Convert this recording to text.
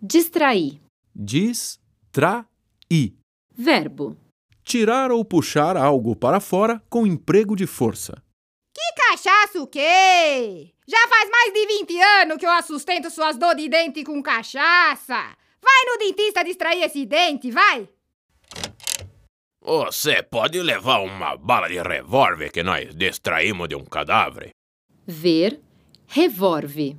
Distrair. Distrair. Verbo. Tirar ou puxar algo para fora com emprego de força. Cachaça o quê? Já faz mais de 20 anos que eu assustento suas dores de dente com cachaça. Vai no dentista distrair esse dente, vai. Você pode levar uma bala de revólver que nós distraímos de um cadáver? Ver. Revolve.